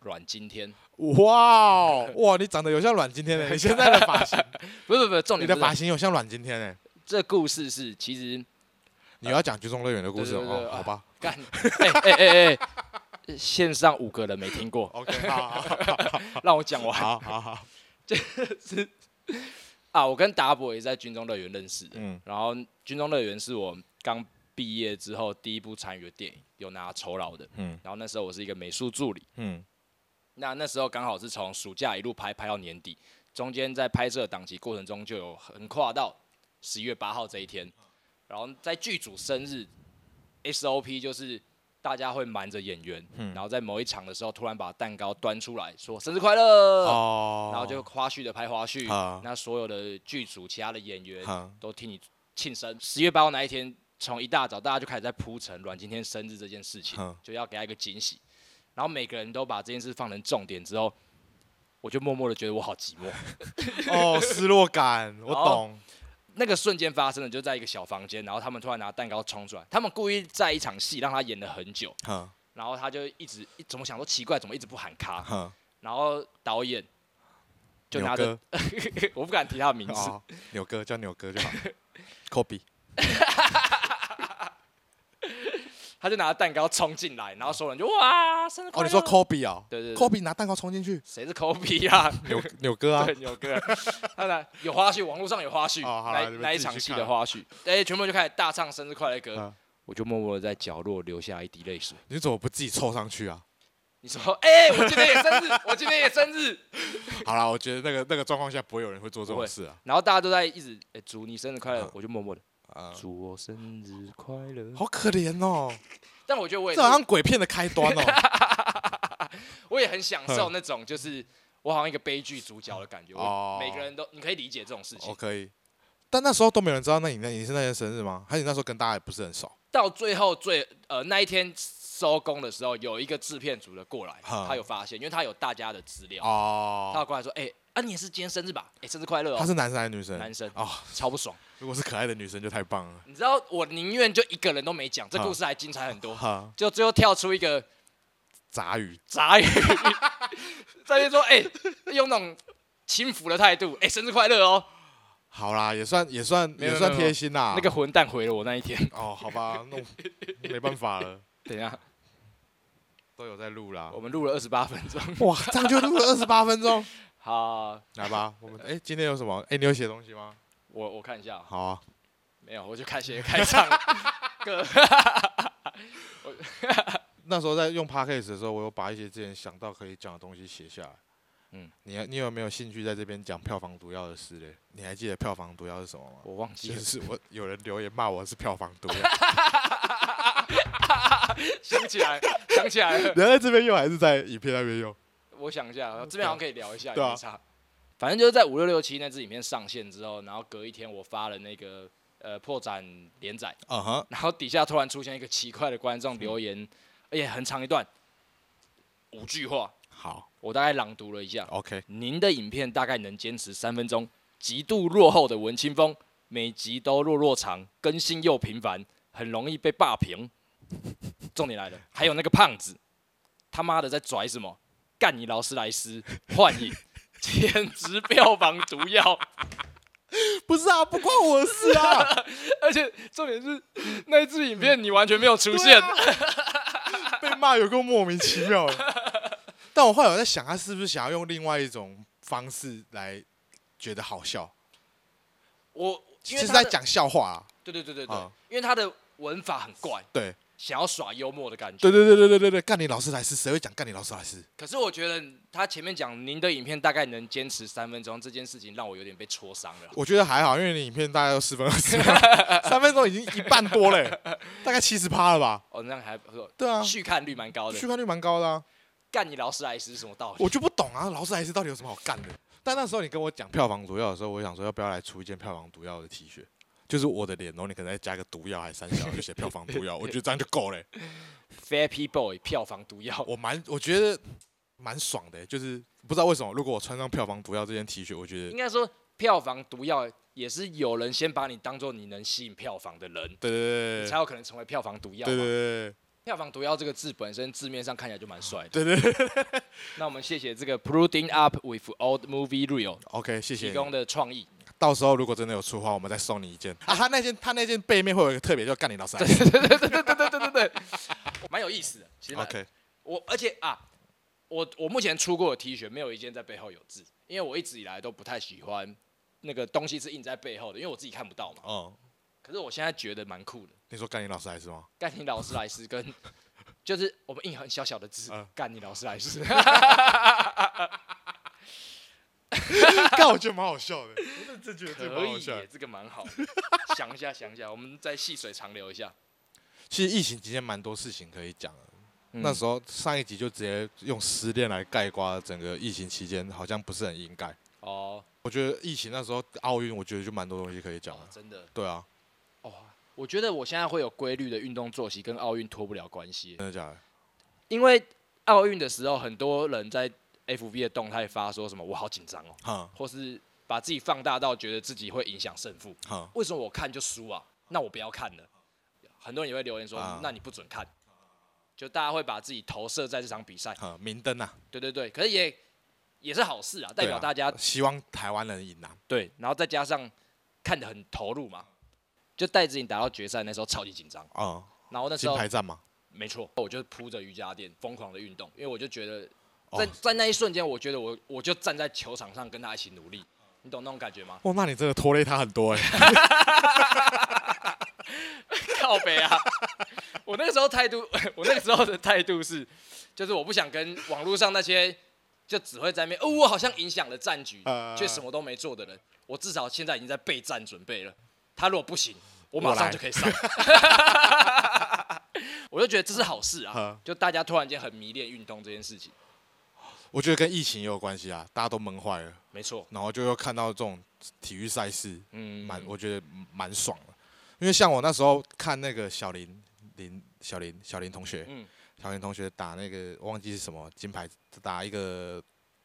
B: 阮经天，
A: 哇哦，哇，你长得有像阮经天 的，你现在的发型，
B: 不是不是，重
A: 你
B: 点
A: 的
B: 不是
A: 发型有像阮经天 的。
B: 这故事是其实
A: 你要讲《居中乐园》的故事
B: 对对对
A: 哦，
B: 啊
A: 好 吧
B: 干，哎哎哎哎哎，线上五个人没听过，
A: ？OK，好好好
B: 让我讲完。
A: 好好 好，
B: 啊，我跟达博也是在军中乐园认识的。
A: 嗯
B: 然后军中乐园是我刚毕业之后第一部参与的电影，有拿酬劳的。
A: 嗯
B: 然后那时候我是一个美术助理，
A: 嗯
B: 那那时候刚好是从暑假一路拍拍到年底，中间在拍摄档期过程中就有横跨到十一月八号这一天。然后在剧组生日 SOP 就是大家会瞒着演员，
A: 嗯
B: 然后在某一场的时候突然把蛋糕端出来说生日快乐，
A: 哦，
B: 然后 就花絮的拍花絮，
A: 啊
B: 那所有的剧组其他的演员
A: 好
B: 都替你庆生。十月八号那一天，从一大早大家就开始在铺陈阮经天生日这件事情
A: 嗯，
B: 就要给他一个惊喜。然后每个人都把这件事放成重点之后，我就默默的觉得我好寂寞。
A: 哦，失落感，我
B: 哦
A: 懂。
B: 那个瞬间发生的就在一个小房间，然后他们突然拿蛋糕冲出来，他们故意在一场戏让他演了很久，
A: 哼
B: 然后他就一直一怎么想都奇怪，怎么一直不喊卡，
A: 哼，
B: 然后导演就
A: 牛
B: 拿着，
A: 哥，
B: 我不敢提他的名字，
A: 哦，牛哥叫牛哥 就好。Kobe，
B: 他就拿着蛋糕冲进来，然后所有人就哇，生日
A: 哦，
B: 快乐！
A: 你说 Kobe 哦，
B: 哎对对对
A: ，Kobe 拿蛋糕冲进 去，
B: 谁是抠鼻啊？
A: 牛牛哥啊
B: 对，，牛哥，他呢有花絮，网络上有花絮，
A: 哦好啦
B: 那
A: 你们
B: 那一
A: 自己
B: 场
A: 去
B: 戏
A: 看
B: 的花絮，哎，全部就开始大唱生日快乐歌
A: 嗯，
B: 我就默默的在角落流下一滴泪水。
A: 你怎么不自己凑上去啊？
B: 你说，哎，我今天也 生日，我今天也生日，
A: 好啦，我觉得那个那个状况下不会有人会做这种事啊。
B: 然后大家都在一直哎祝你生日快乐
A: 嗯，
B: 我就默默的
A: 啊、
B: 祝我生日快乐。
A: 好嗯可怜哦，
B: 但我觉得我也
A: 这
B: 是
A: 好像鬼片的开 端哦。
B: 我也很享受那种就是我好像一个悲剧主角的感觉，我
A: 哦
B: 每个人都你可以理解这种事情
A: 我。可以，但那时候都没有人知道那你那你是那天生日吗？还是你那时候跟大家也不是很熟？
B: 到最后最呃那一天收工的时候，有一个制片组的过来，
A: 哈
B: 他有发现，因为他有大家的资料，他
A: 哦
B: 有，过来说：“哎、啊，你也是今天生日吧？哎、生日快乐
A: 他
B: 哦
A: 是男生还是女！”生？
B: 男生
A: 哦，
B: 超不爽，
A: 如果是可爱的女生就太棒了。
B: 你知道我宁愿就一个人都没讲，这
A: 哈
B: 故事还精彩很多。
A: 哈，
B: 就最后跳出一个
A: 杂鱼，
B: 杂鱼， 在那边说：“哎、用那种轻浮的态度，哎、生日快乐哦。
A: 好啦，也算也算
B: 没有
A: 也算
B: 没有
A: 贴心啦。
B: 那个混蛋毁了我那一天。
A: 哦，好吧，那我没办法了，
B: 等一下，
A: 都有在录啦
B: 我。们录了二十八分钟，
A: 哇，这样就录了二十八分钟，
B: 好，
A: 来吧，我们哎、今天有什么？哎、你有写东西吗？
B: 我我看一下啊，
A: 好啊，
B: 没有，我就开始开唱歌。
A: 那时候在用 podcast 的时候，我有把一些之前想到可以讲的东西写下来。
B: 嗯
A: 嗯，你你有没有兴趣在这边讲票房毒药的事嘞？你还记得票房毒药是什么吗？
B: 我忘记
A: 就
B: 了，
A: 是 我有人留言骂我是票房毒 药，
B: 想起来，想起来了。
A: 人在这边用还是在影片那边用？
B: 我想一下，这边好像可以聊一下，也
A: 嗯对啊
B: 没差。反正就是在五六六七那支影片上线之后，然后隔一天我发了那个呃破绽连载，
A: 嗯哼，
B: 然后底下突然出现一个奇怪的观众留
A: 嗯
B: 言，而且很长一段，五句话，
A: 好
B: 我大概朗读了一下。
A: ，OK，
B: 您的影片大概能坚持三分钟，极度落后的文青风，每集都落落长，更新又频繁，很容易被霸屏。重点来了，还有那个胖子，他妈的在拽什么？干你劳斯莱斯幻影，简直票房毒药。
A: 不是啊，不关我的事啊，
B: 而且重点是那一支影片你完全没有出
A: 对
B: 现，
A: 啊被骂有个莫名其妙的但我后来有在想，他是不是想要用另外一种方式来觉得好笑？
B: 我
A: 其
B: 因
A: 实是
B: 为他
A: 在
B: 的
A: 讲笑话啊。
B: 对对对对对
A: 啊，
B: 因为他的文法很怪，
A: 对，
B: 想要耍幽默的感觉。
A: 对对对对对对对，干你劳斯莱斯，谁会讲干你劳斯莱斯？
B: 可是我觉得他前面讲您的影片大概能坚持三分钟这件事情，让我有点被戳伤了。
A: 我觉得还好，因为你影片大概都十分二十秒，三分钟已经一半多嘞、大概七十趴了吧？
B: 哦，那样还不错，
A: 对啊，
B: 续看率蛮高的
A: 去。看率蛮高的啊。
B: 干你劳斯莱斯是什么道理？
A: 我就不懂啊，劳斯莱斯到底有什么好干的？但那时候你跟我讲票房毒药的时候，我想说要不要来出一件票房毒药的 T 恤，就是我的脸，然后你可能再加个毒药还是三小，就写票房毒药，我觉得这样就够了欸、
B: Fappy Boy 票房毒药，
A: 我蛮我觉得蛮爽的欸、就是不知道为什么，如果我穿上票房毒药这件 T 恤，我觉得
B: 应该说票房毒药也是有人先把你当做你能吸引票房的人，
A: 对对对
B: 才有可能成为票房毒药
A: 对对
B: 嘛。
A: 对
B: 票房毒药这个字本身字面上看起来就蛮帅的。
A: 对对对对
B: 那我们谢谢这个 Pruding Up with Old Movie Reel
A: ，OK，谢谢
B: 提
A: 你。
B: 供的创意。
A: 到时候如果真的有出的话，我们再送你一件啊。他那件他那件背面会有一个特别，叫干你劳斯莱斯。
B: 对对对对对， 蛮有意思的。其实蛮
A: OK，
B: 我而且啊，我我目前出过的 T 恤没有一件在背后有字，因为我一直以来都不太喜欢那个东西是印在背后的，因为我自己看不到嘛。
A: 哦，
B: 可是我现在觉得蛮酷的，
A: 你说干你劳斯莱斯 吗？
B: 干你劳斯莱 斯跟就是我们印很小小的字
A: 嗯，
B: 干你劳斯 莱斯。
A: 但我觉得蛮好笑的，我真的觉得这个
B: 可
A: 蛮好
B: 以
A: 笑的
B: 耶，。这个 蛮好的。想一下，想一下，我们再细水长流一下。
A: 其实疫情期间蛮多事情可以讲的。
B: 嗯
A: 那时候上一集就直接用失恋来盖瓜，整个疫情期间好像不是很应该。
B: 哦，
A: 我觉得疫情那时候奥运，我觉得就蛮多东西可以讲
B: 哦
A: 的。
B: 真的
A: 对啊，
B: 哦，我觉得我现在会有规律的运动作息，跟奥运脱不了关系。
A: 真的假的？
B: 因为奥运的时候，很多人在 FB 的动态发说什么“我好紧张哦
A: 哈”，
B: 或是把自己放大到觉得自己会影响胜负。
A: 哈，
B: 为什么我看就输啊？那我不要看了。很多人也会留言说
A: 啊：“
B: 那你不准看。”就大家会把自己投射在这场比赛。
A: 哈，明灯啊，
B: 对对对，可是也也是好事啊，代表
A: 对啊
B: 大家
A: 希望台湾人赢啊。
B: 对，然后再加上看得很投入嘛，就带着你打到决赛那时候超级紧张。
A: 哦，
B: 然后那时
A: 金
B: 候
A: 牌战嘛。
B: 没错，我就铺着瑜伽垫疯狂的运动，因为我就觉得
A: 哦
B: 在、在那一瞬间，我觉得我我就站在球场上跟他一起努力，你懂那种感觉吗
A: ？哦，那你真的拖累他很多哎、
B: 靠北啊！我那个时候态度，我那个时候的态度是，就是我不想跟网络上那些就只会在面哦，我好像影响了战局，
A: 呃
B: 却什么都没做的人，我至少现在已经在备战准备了。他如果不行，我马
A: 我
B: 上
A: 来
B: 就可以上。 我就觉得这是好事啊
A: 嗯，
B: 就大家突然间很迷恋运动这件事情，
A: 我觉得跟疫情也有关系啊，大家都闷坏了，
B: 没错，
A: 然后就又看到这种体育赛事，
B: 嗯，
A: 蛮我觉得蛮爽的。因为像我那时候看那个小林林小林小林同学，
B: 嗯
A: 小林同学打那个忘记是什么金牌，打一个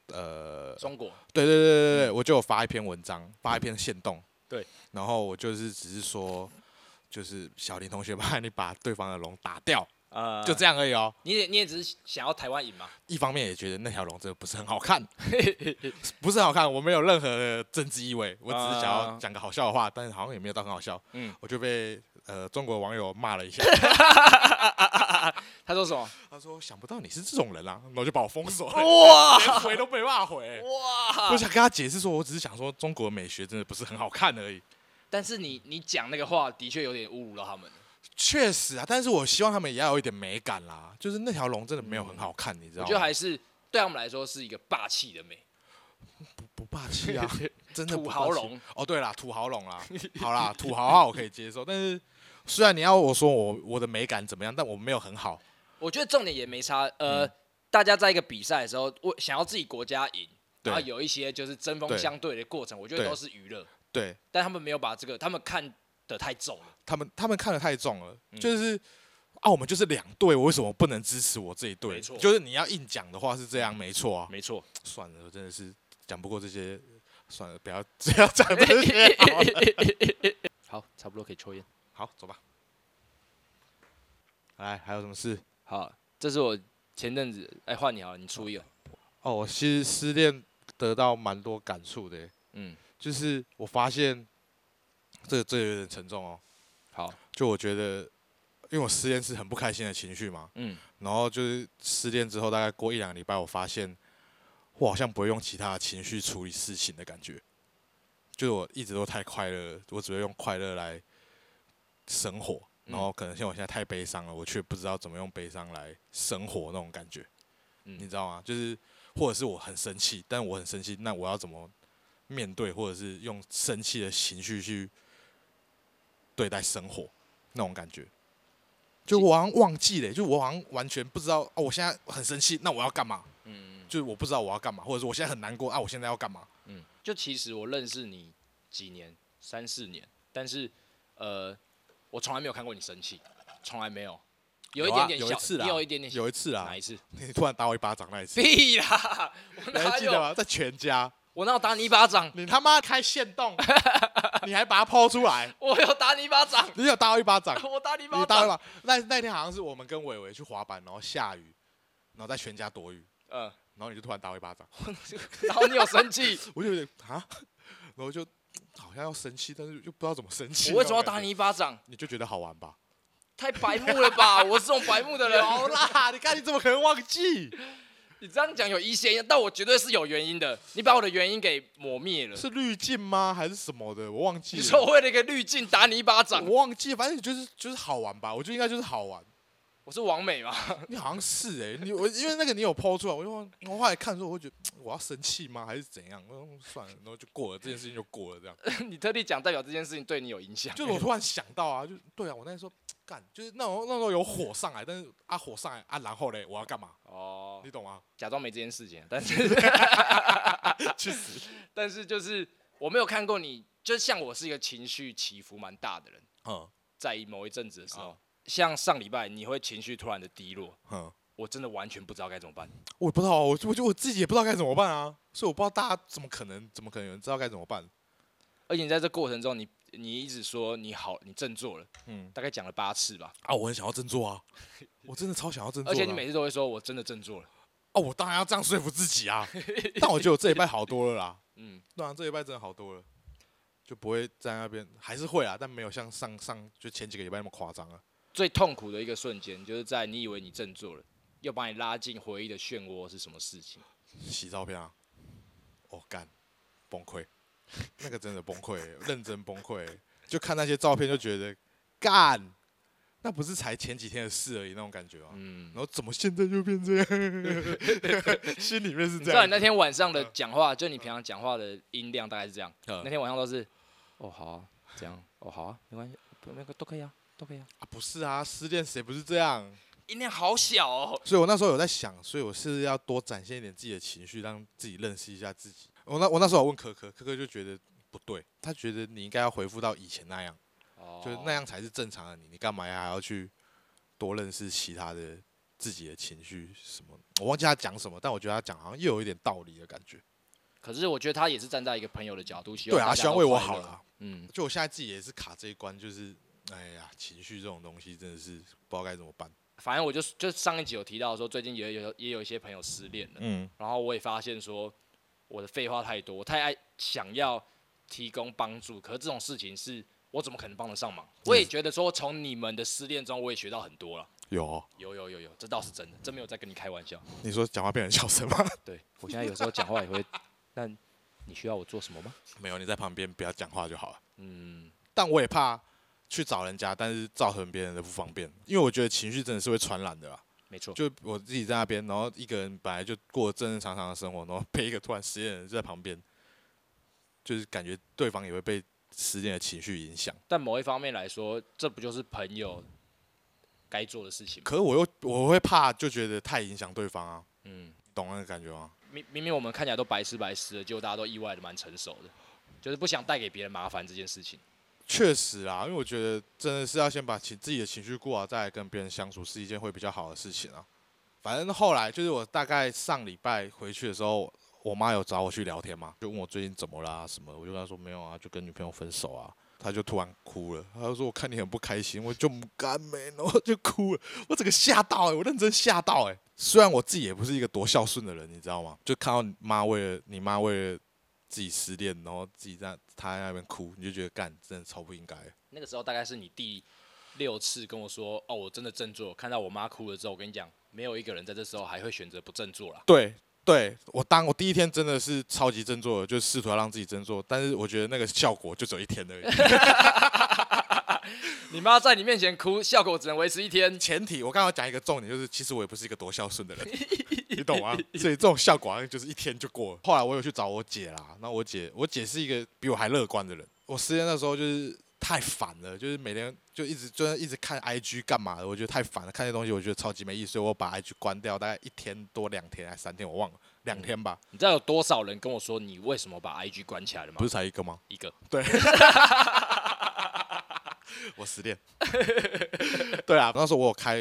A: 呃，
B: 中国
A: 对对对对对，我就有发一篇文章，发一篇线动，
B: 嗯对，
A: 然后我就是只是说。就是小林同学帮你把对方的龙打掉，
B: 呃，
A: 就这样而已哦。
B: 你也你也只是想要台湾赢嘛？
A: 一方面也觉得那条龙真的不是很好 看，不是很好看，我没有任何的政治意味，我只是想要讲个好笑的话，但是好像也没有到很好笑。
B: 啊嗯
A: 我就被呃中国网友骂了 一下，
B: 他说什么？
A: 他说想不到你是这种人啊，然后就把我封锁了，
B: 哇
A: 连回都没办法回。
B: 哇
A: 我！想跟他解释说，我只是想说中国美学真的不是很好看而已。
B: 但是你你讲那个话的确有点侮辱到他们。
A: 确实啊，但是我希望他们也要有一点美感啦，就是那条龙真的没有很好看，你知道
B: 嗯我
A: 吗？
B: 觉得还是对他们来说是一个霸气的美。
A: 不霸气 啊，真的不
B: 土
A: 霸气
B: 豪龙。
A: 哦，对啦，土豪龙 啦，好啦，土豪号我可以接受，但是虽然你要我说我我的美感怎么样，但我没有很好。
B: 我觉得重点也没差。呃，
A: 嗯
B: 大家在一个比赛的时候，我想要自己国家赢，
A: 对
B: 然后有一些就是针锋
A: 对
B: 相对的过程，我觉得
A: 对
B: 都是娱乐。
A: 对
B: 但他们没有把这个，他们看得太重了。
A: 他们，他们看得太重了，
B: 嗯
A: 就是。啊，我们就是两队，我为什么不能支持我这一队？
B: 没错嗯
A: 就是你要硬讲的话是这样，没错啊。
B: 没错。
A: 算了，我真的是讲不过这些，算了，不要 不 要讲这些好了。
B: 好，差不多可以抽烟。
A: 好，走吧。来，还有什么事？
B: 好，这是我前阵子，哎、换你好了，你初一了，
A: 哦，我其实失恋得到蛮多感触的耶，
B: 嗯，
A: 就是我发现，这这有点沉重哦。
B: 好，
A: 就我觉得，因为我失恋是很不开心的情绪嘛，
B: 嗯，
A: 然后就是失恋之后，大概过一两个礼拜，我发现我好像不会用其他的情绪处理事情的感觉，就是我一直都太快乐了，我只会用快乐来生活，
B: 嗯
A: 然后可能像我现在太悲伤了，我却不知道怎么用悲伤来生活那种感觉，
B: 嗯
A: 你知道吗？就是或者是我很生气，但我很生气，那我要怎么面对，或者是用生气的情绪去对待生活那种感觉。就我好像忘记了、就我好像完全不知道哦，我现在很生气，那我要干嘛？
B: 嗯，
A: 就是我不知道我要干嘛，或者是我现在很难过啊，我现在要干嘛？
B: 嗯，就其实我认识你几年，三四年，但是呃，我从来没有看过你生气，从来没有，有一
A: 有啊
B: 点点
A: 有一
B: 小，
A: 次啦
B: 你有一点点小，
A: 有一次啊
B: 哪，一次？
A: 你突然打我一巴掌那一次，
B: 屁啦！我
A: 你还
B: 哪
A: 记得
B: 有？
A: 吗？在全家，
B: 我哪有打你一巴掌？
A: 你他妈开线动，你还把它抛出来，
B: 我有打你一巴掌，
A: 你有打我一巴掌，
B: 我打你一
A: 你
B: 巴
A: 打我一
B: 掌。
A: 巴那那天好像是我们跟伟伟去滑板，然后下雨，然后在全家躲雨，
B: 嗯，
A: 然后你就突然打我一巴掌，
B: 然后你有生气，
A: 我就有点啊，然后就好像要生气，但是又不知道怎么生 气。
B: 我为什么要打
A: 那种感觉
B: 你？一巴掌？
A: 你就觉得好玩吧？
B: 太白目了吧！我是这种白目的人。
A: 有啊啦，你看你怎么可能忘记？
B: 你这样讲有一些，但我绝对是有原因的。你把我的原因给抹灭了。
A: 是滤镜吗？还是什么的？我忘记
B: 你
A: 了。
B: 说我为了一个滤镜打你一巴掌，
A: 我忘记，反正就是就是好玩吧。我觉得应该就是好玩。
B: 我是王美嘛？
A: 你好像是哎、你我因为那个你有抛出来，我就忘我后来看的时候，我会觉得我要生气吗？还是怎样？我说算了，然后就过了，这件事情就过 了。这样，
B: 你特地讲，代表这件事情对你有影响。
A: 就我突然想到啊，就对啊，我那时候干，就是那种那时候有火上来，但是啊火上来啊，然后嘞，我要干嘛？
B: 哦
A: 你，懂 吗？
B: 假装没这件事情，啊但是
A: 去死！
B: 但是就是我没有看过你，就像我是一个情绪起伏蛮大的人，
A: 嗯
B: 在某一阵子的时候
A: 啊，
B: 像上礼拜你会情绪突然的低落，
A: 嗯，
B: 我真的完全不知道该怎么办。
A: 我也不知道啊，我我就我自己也不知道该怎么办啊，所以我不知道大家怎么可能，怎么可能有人知道该怎么办？
B: 而且你在这过程中，你你一直说你好，你振作了，
A: 嗯
B: 大概讲了八次吧。
A: 啊，我很想要振作 啊，我真的超想要振作
B: 而
A: 的啊、
B: 且你每次都会说我真的振作了。
A: 哦，我当然要这样说服自己 啊，但我觉得我这一拜好多了啦，
B: 嗯，
A: 对啊，这一拜真的好多了，就不会在那边，还是会啊，但没有像上上就前几个礼拜那么夸张啊了。
B: 最痛苦的一个瞬间，就是在你以为你振作了，又把你拉进回忆的漩涡是什么事情？
A: 洗照片啊，哦干，崩溃， 那个真的崩溃欸，认真崩溃欸，就看那些照片就觉得干，那不是才前几天的事而已那种感觉啊。
B: 嗯
A: 然，后怎么现在就变这 样？心里面是
B: 你
A: 这
B: 知道
A: 样
B: 你
A: 子。
B: 那天晚上的讲话，就你平常讲话的音量大概是这样。
A: 嗯
B: 那天晚上都是，哦好啊，这样，哦好啊，没关系，不那个都可以啊，都可以啊。
A: 啊不是啊，失恋谁不是这样？
B: 音量好小哦。
A: 所以我那时候有在想，所以我是要多展现一点自己的情绪，让自己认识一下自己。我那我那时候有问可可，可可就觉得不对，他觉得你应该要恢复到以前那样，
B: 哦
A: 就是那样才是正常的你，你干嘛呀还要去多认识其他的自己的情绪什么？我忘记他讲什么，但我觉得他讲好像又有一点道理的感觉。
B: 可是我觉得他也是站在一个朋友的角度，希望
A: 对啊，
B: 大家
A: 希望
B: 都
A: 为我
B: 快
A: 好
B: 乐
A: 啦。。
B: 嗯，
A: 就我现在自己也是卡这一关，就是哎呀，情绪这种东西真的是不知道该怎么办。
B: 反正我就就上一集有提到说，最近也有也有一些朋友失恋了。
A: 嗯
B: 然后我也发现说，我的废话太多，我太爱想要提供帮助，可是这种事情是我怎么可能帮得上忙？我
A: 嗯
B: 也觉得说，从你们的失恋中，我也学到很多了。
A: 有哦、
B: 有有有有，这倒是真的，这没有在跟你开玩笑。
A: 你说讲话变得很小声吗？
B: 对我现在有时候讲话也会，那你需要我做什么吗？
A: 没有，你在旁边不要讲话就好了。
B: 嗯，
A: 但我也怕去找人家，但是造成别人的不方便，因为我觉得情绪真的是会传染的啦。
B: 没错，
A: 就我自己在那边，然后一个人本来就过正正常常的生活，然后被一个突然失恋的人在旁边，就是感觉对方也会被失恋的情绪影响。
B: 但某一方面来说，这不就是朋友该做的事情吗？
A: 可是我又我会怕，就觉得太影响对方啊，
B: 嗯，
A: 你懂那个感觉吗？
B: 明明明我们看起来都白痴白痴的，结果大家都意外的蛮成熟的，就是不想带给别人麻烦这件事情。
A: 确实啊，因为我觉得真的是要先把情自己的情绪顾好，再来跟别人相处是一件会比较好的事情啊。反正后来就是我大概上礼拜回去的时候，我妈有找我去聊天嘛，就问我最近怎么啦、什么，我就跟她说没有啊，就跟女朋友分手啊。他就突然哭了，他就说：“我看你很不开心，我就不甘没，然后就哭了，我整个吓到哎、我认真吓到哎、虽然我自己也不是一个多孝顺的人，你知道吗？就看到你妈为了你妈为了自己失恋，然后自己在她在那边哭，你就觉得干真的超不应该。
B: 那个时候大概是你第六次跟我说，哦，我真的振作，看到我妈哭了之后，我跟你讲，没有一个人在这时候还会选择不振作啦。
A: 对，对我当我第一天真的是超级振作的，就试图要让自己振作，但是我觉得那个效果就只有一天而已。
B: 你妈在你面前哭，效果只能维持一天。
A: 前提我刚刚讲一个重点，就是其实我也不是一个多孝顺的人，你懂吗？所以这种效果好像就是一天就过了。后来我有去找我姐啦，那我姐我姐是一个比我还乐观的人。我失恋那时候就是太烦了，就是每天就一直就是一直看 IG 干嘛的，我觉得太烦了，看这东西我觉得超级没意思，所以我把 IG 关掉，大概一天多两天还是三天，我忘了两天吧，
B: 你知道有多少人跟我说你为什么把 IG 关起来了吗？
A: 不是才一个吗？
B: 一个，
A: 对，我失恋。 对啊，那时候我有开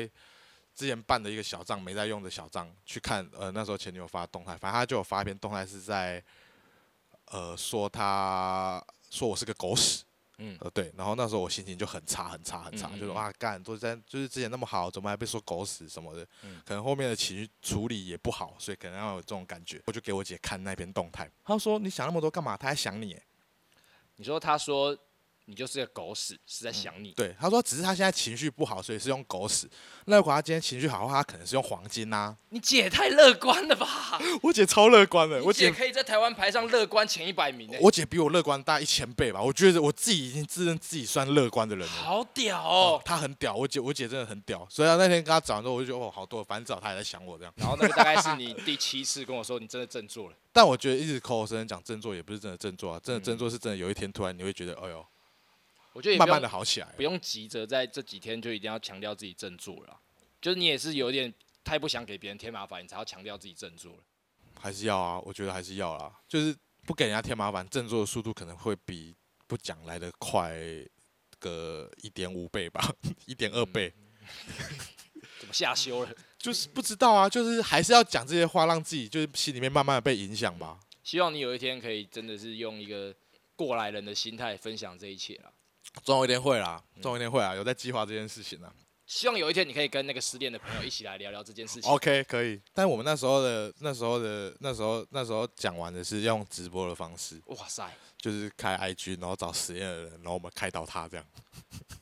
A: 之前办的一个小账，没在用的小账去看，呃，那时候前女友发动态，反正她就有发一篇动态是在，呃，说她说我是个狗屎。
B: 嗯
A: 呃，对，然后那时候我心情就很差，很差，很差，
B: 嗯嗯
A: 就是
B: 嗯
A: 哇，干，都在就是之前那么好，怎么还被说狗屎什么的？
B: 嗯
A: 可能后面的情绪处理也不好，所以可能要有这种感觉。我就给我姐看那篇动态，她说你想那么多干嘛？她还想你耶，欸
B: 你说他说你就是个狗屎，是在想你。
A: 对，他说只是他现在情绪不好，所以是用狗屎。那如果他今天情绪好的话，他可能是用黄金呐、
B: 你姐也太乐观了吧？
A: 我姐超乐观的，
B: 我
A: 我
B: 姐
A: 姐
B: 可以在台湾排上乐观前一百名欸诶、
A: 我姐比我乐观大一千倍吧。我觉得我自己已经自认自己算乐观的人了。
B: 好屌哦！
A: 她很屌，我姐我姐真的很屌。所以她那天跟她讲之后，我就觉得哦好多，反正至少她也在想我这样。
B: 然后那个大概是你第七次跟我说你真的振作了，
A: 但我觉得一直口口声声讲振作，也不是真的振作啊，真的
B: 嗯
A: 振作是真的有一天突然你会觉得，哎呦，
B: 我觉得也不
A: 慢
B: 用
A: 慢的好起来
B: 不。用急着在这几天就一定要强调自己振作了啊，就是你也是有点太不想给别人添麻烦，你才要强调自己振作了。
A: 还是要啊，我觉得还是要啦，就是不给人家添麻烦，振作的速度可能会比不讲来的快个一点五倍吧， 一点二倍，
B: 怎么下修了？
A: 就是不知道啊，就是还是要讲这些话，让自己就是心里面慢慢的被影响吧。
B: 希望你有一天可以真的是用一个过来人的心态分享这一切啦。
A: 总有一天会啦，总有一天会啊，有在计划这件事情啊。
B: 希望有一天你可以跟那个失恋的朋友一起来聊聊这件事情。
A: OK，可以。但我们那时候的那时候的那时候那时候讲完的是用直播的方式，
B: 哇塞，
A: 就是开 IG，然后找实验的人，然后我们开导他这样。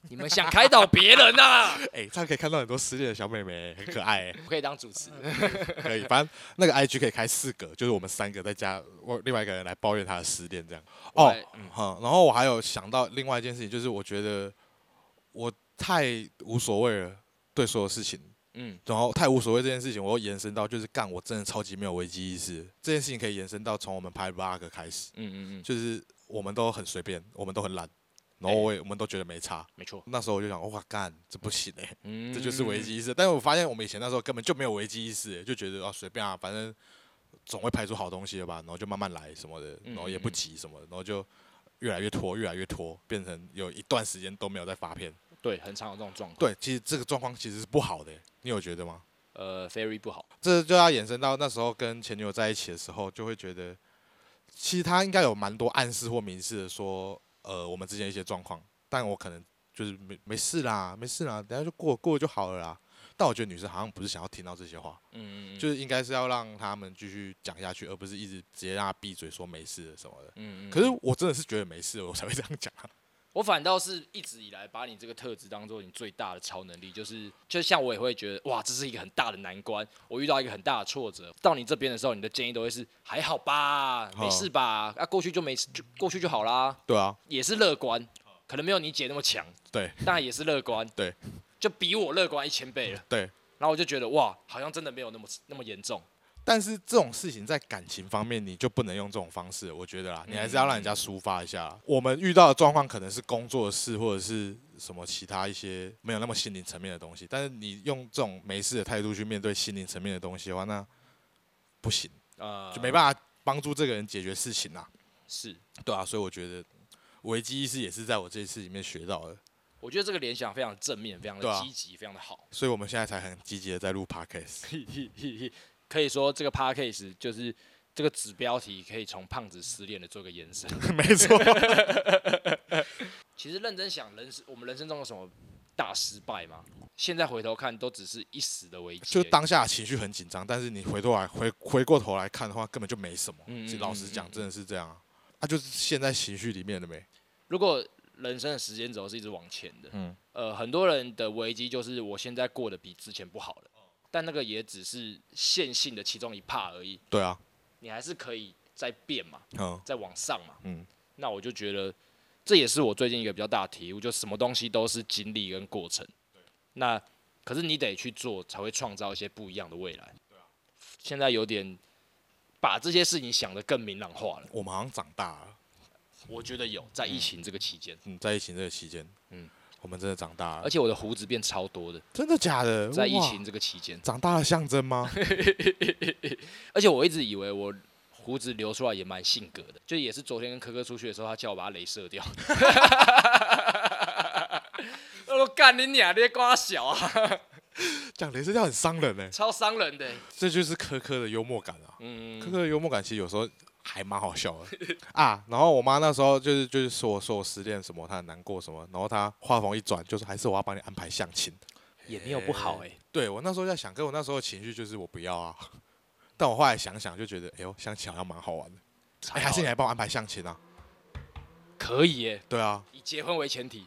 B: 你们想开导别人呐、 啊？
A: 哎、这样可以看到很多失恋的小妹妹，很可爱、欸。
B: 我可以当主持人，
A: 可以，反正那个 IG 可以开四个，就是我们三个再加我另外一个人来抱怨他的失恋这样。
B: 我
A: 哦
B: 来，嗯
A: 哼，然后我还有想到另外一件事情，就是我觉得我太无所谓了，对所有事情，
B: 嗯，
A: 然后太无所谓这件事情，我又延伸到就是干，我真的超级没有危机意识。这件事情可以延伸到从我们拍 vlog 开始，
B: 嗯嗯嗯，
A: 就是我们都很随便，我们都很懒，然后我也、我们都觉得没差。
B: 没错，
A: 那时候我就想，哇干，这不行哎、
B: 嗯，
A: 这就是危。机意识。但是我发现我们以前那时候根本就没有危机意识，就觉得啊随便啊，反正总会排出好东西的吧，然后就慢慢来什么的，
B: 嗯
A: 然后也不急什么的，然后就越来越拖，越来越拖，变成有一段时间都没有在发片。
B: 嗯对，很常有这种状况，
A: 对，其实这个状况其实是不好的，欸你有觉得吗？
B: 呃，very 不好，
A: 这就要延伸到那时候跟前女友在一起的时候，就会觉得其实她应该有蛮多暗示或明示的说，呃，我们之间一些状况，但我可能就是没没事啦，没事啦，等下就过过了就好了啦。但我觉得女生好像不是想要听到这些话，
B: 嗯嗯，
A: 就是应该是要让他们继续讲下去，而不是一直直接让她闭嘴说没事什么的。
B: 嗯嗯，
A: 可是我真的是觉得没事，我才会这样讲啊。
B: 我反倒是一直以来把你这个特质当做你最大的超能力，就是就像我也会觉得哇，这是一个很大的难关，我遇到一个很大的挫折，到你这边的时候，你的建议都会是还好吧，没事吧，啊，过去就没事，就过去就好啦，
A: 对啊，
B: 也是乐观，可能没有你姐那么强，
A: 对
B: 但也是乐观，
A: 对，
B: 就比我乐观一千倍了。
A: 对，
B: 然后我就觉得哇，好像真的没有那么那么严重。
A: 但是这种事情在感情方面，你就不能用这种方式，我觉得啦，你还是要让人家抒发一下啦。我们遇到的状况可能是工作的事，或者是什么其他一些没有那么心灵层面的东西，但是你用这种没事的态度去面对心灵层面的东西的话，那不行，
B: 呃，
A: 就没办法帮助这个人解决事情啦。
B: 是，
A: 对啊，所以我觉得危机意识也是在我这一次里面学到的，
B: 我觉得这个联想非常正面，非常
A: 对
B: 的
A: 啊
B: 积极，非常的好。
A: 所以我们现在才很积极的在录 podcast。
B: 可以说这个 p a c a s e 就是这个子标题可以从胖子失恋的做个延伸。
A: 没错。
B: 其实认真想，人生我们人生中有什么大失败吗？现在回头看，都只是一时的危机而已。
A: 就当下情绪很紧张，但是你回头来回回过头来看的话，根本就没什么。
B: 嗯
A: 其实老
B: 嗯
A: 实
B: 嗯嗯
A: 讲，真的是这样啊，啊，就是陷在情绪里面了没？
B: 如果人生的时间轴是一直往前的，
A: 嗯
B: 呃，很多人的危机就是我现在过得比之前不好了，但那个也只是线性的其中一 part 而已，
A: 对啊，
B: 你还是可以再变嘛，
A: 嗯
B: 再往上嘛。
A: 嗯，
B: 那我就觉得这也是我最近一个比较大的体悟，就什么东西都是经历跟过程。那可是你得去做，才会创造一些不一样的未来。现在有点把这些事情想得更明朗化了，
A: 我们好像长大了。
B: 我觉得有在疫情这个期间，
A: 嗯，在疫情这个期间，
B: 嗯
A: 嗯，我们真的长大
B: 而
A: 了。
B: 且我的胡子变超多的，
A: 真的假的？
B: 在疫
A: 哇
B: 情这个期间，
A: 长大的象征吗？
B: 而且我一直以为我胡子留出来也蛮性格的，就也是昨天跟科科出去的时候，他叫我把它镭射掉。 我说干你娘，你在瓜小啊，
A: 讲镭射掉很伤人呢、
B: 超伤人的欸、
A: 这就是科科的幽默感啊。
B: 嗯
A: 科科的幽默感其实有时候还蛮好笑 的啊。然后我妈那时候就是就是说我说我失恋什么，她很难过什么，然后她话锋一转，就说还是我要帮你安排相亲。
B: 也没有不好哎、
A: 对我那时候在想，跟我那时候的情绪就是我不要啊。但我后来想想就觉得，哎呦，相亲好像蛮好玩的。哎、还是你来帮我安排相亲啊？
B: 可以耶、
A: 对 啊，
B: 以结婚为前提。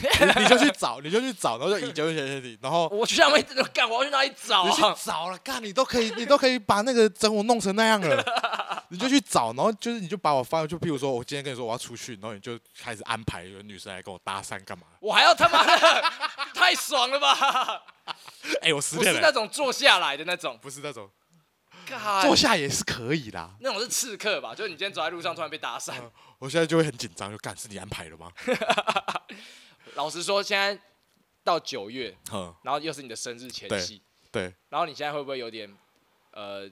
A: 你你就去找，你就去找，然后就以结婚前提，然后
B: 我去那边干，我要去哪里找
A: 你去
B: 啊？
A: 找了，干你都可以，你都可以把那个整我弄成那样了，你就去找，然后就是你就把我发，就譬如说我今天跟你说我要出去，然后你就开始安排有女生来跟我搭讪干嘛？
B: 我还要他妈的，太爽了吧！
A: 哎、 我失
B: 不
A: 恋
B: 是那哎
A: 了，
B: 种坐下来的那种，
A: 不是那种
B: 干
A: 坐下也是可以啦。
B: 那种是刺客吧？就是你今天走在路上突然被搭讪。
A: 我现在就会很紧张，就干是你安排的吗？
B: 老实说，现在到九月，
A: 哼，
B: 然后又是你的生日前夕，
A: 嗯对，
B: 然后你现在会不会有点呃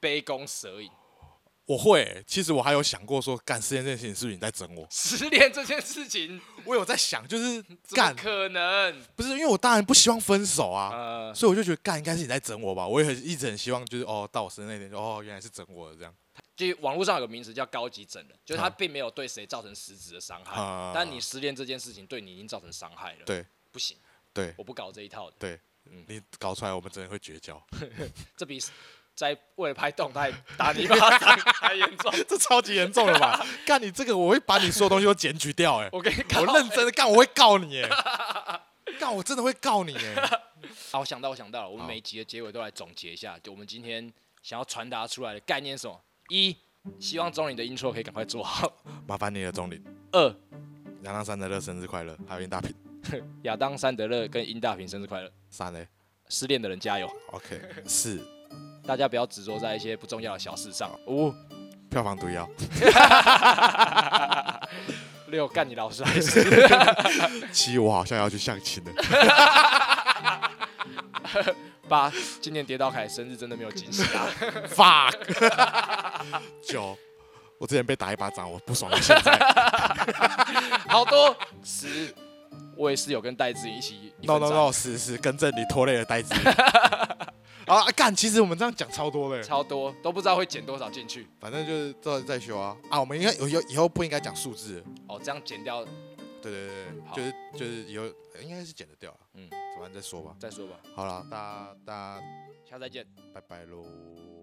B: 杯弓蛇影？
A: 我会欸、其实我还有想过说，干失恋这件事情是不是你在整我？
B: 失恋这件事情
A: 我有在想，就是
B: 怎么
A: 干
B: 可能？
A: 不是因为我当然不希望分手啊。
B: 呃，
A: 所以我就觉得干应该是你在整我吧，我也很一直很希望就是哦到我生日那天就哦原来是整我的这样，
B: 就是网络上有个名词叫高级整人，就是他
A: 嗯
B: 并没有对谁造成实质的伤害，
A: 啊
B: 但你失恋这件事情对你已经造成伤害了。
A: 对，
B: 不行，
A: 对
B: 我不搞这一套的，
A: 对
B: 嗯，
A: 你搞出来我们真的会绝交，
B: 这比在为了拍动态打你巴 掌还严重。
A: 这超级严重了吧？ 干你这个我会把你所有东西都检举掉 哎、
B: 我跟你搞
A: 我认真的干我会告你 哎、干我真的会告你哎、
B: 好，啊我想到，我想到了，我们
A: 好
B: 每一集的结尾都来总结一下，就我们今天想要传达出来的概念是什么？一，希望中你的 intro 可以赶快做好；
A: 麻烦你了钟林，
B: 二，
A: 杨浪三的乐生日快乐，还有林大平
B: 亚当·山德勒跟殷大平生日快乐，
A: 三嘞
B: 失恋的人加油！
A: ，OK 四
B: 大家不要执着在一些不重要的小事上。
A: 五、票房毒药
B: 六，干你老师还是？
A: 七我好像要去相亲了，
B: 八，今年跌倒凯生日真的没有惊喜啊！
A: fuck 九。我之前被打一巴掌，我不爽到现 在。
B: 好多十，我也是有跟戴志颖一起一
A: no
B: 分
A: no
B: 账
A: no，是是跟着你拖累了呆 子。啊，干！其实我们这样讲超多的，
B: 超多都不知道会减多少进去
A: 反正就是到在修啊啊！我们应该有以后以后不应该讲数字，
B: 哦，这样减掉
A: 对对对
B: 嗯好
A: 对，就是就是以后呃应该是减得掉了，
B: 嗯
A: 嗯，反正再说吧。
B: 再说吧，
A: 好了，大家大
B: 下次再见。
A: 家拜拜喽。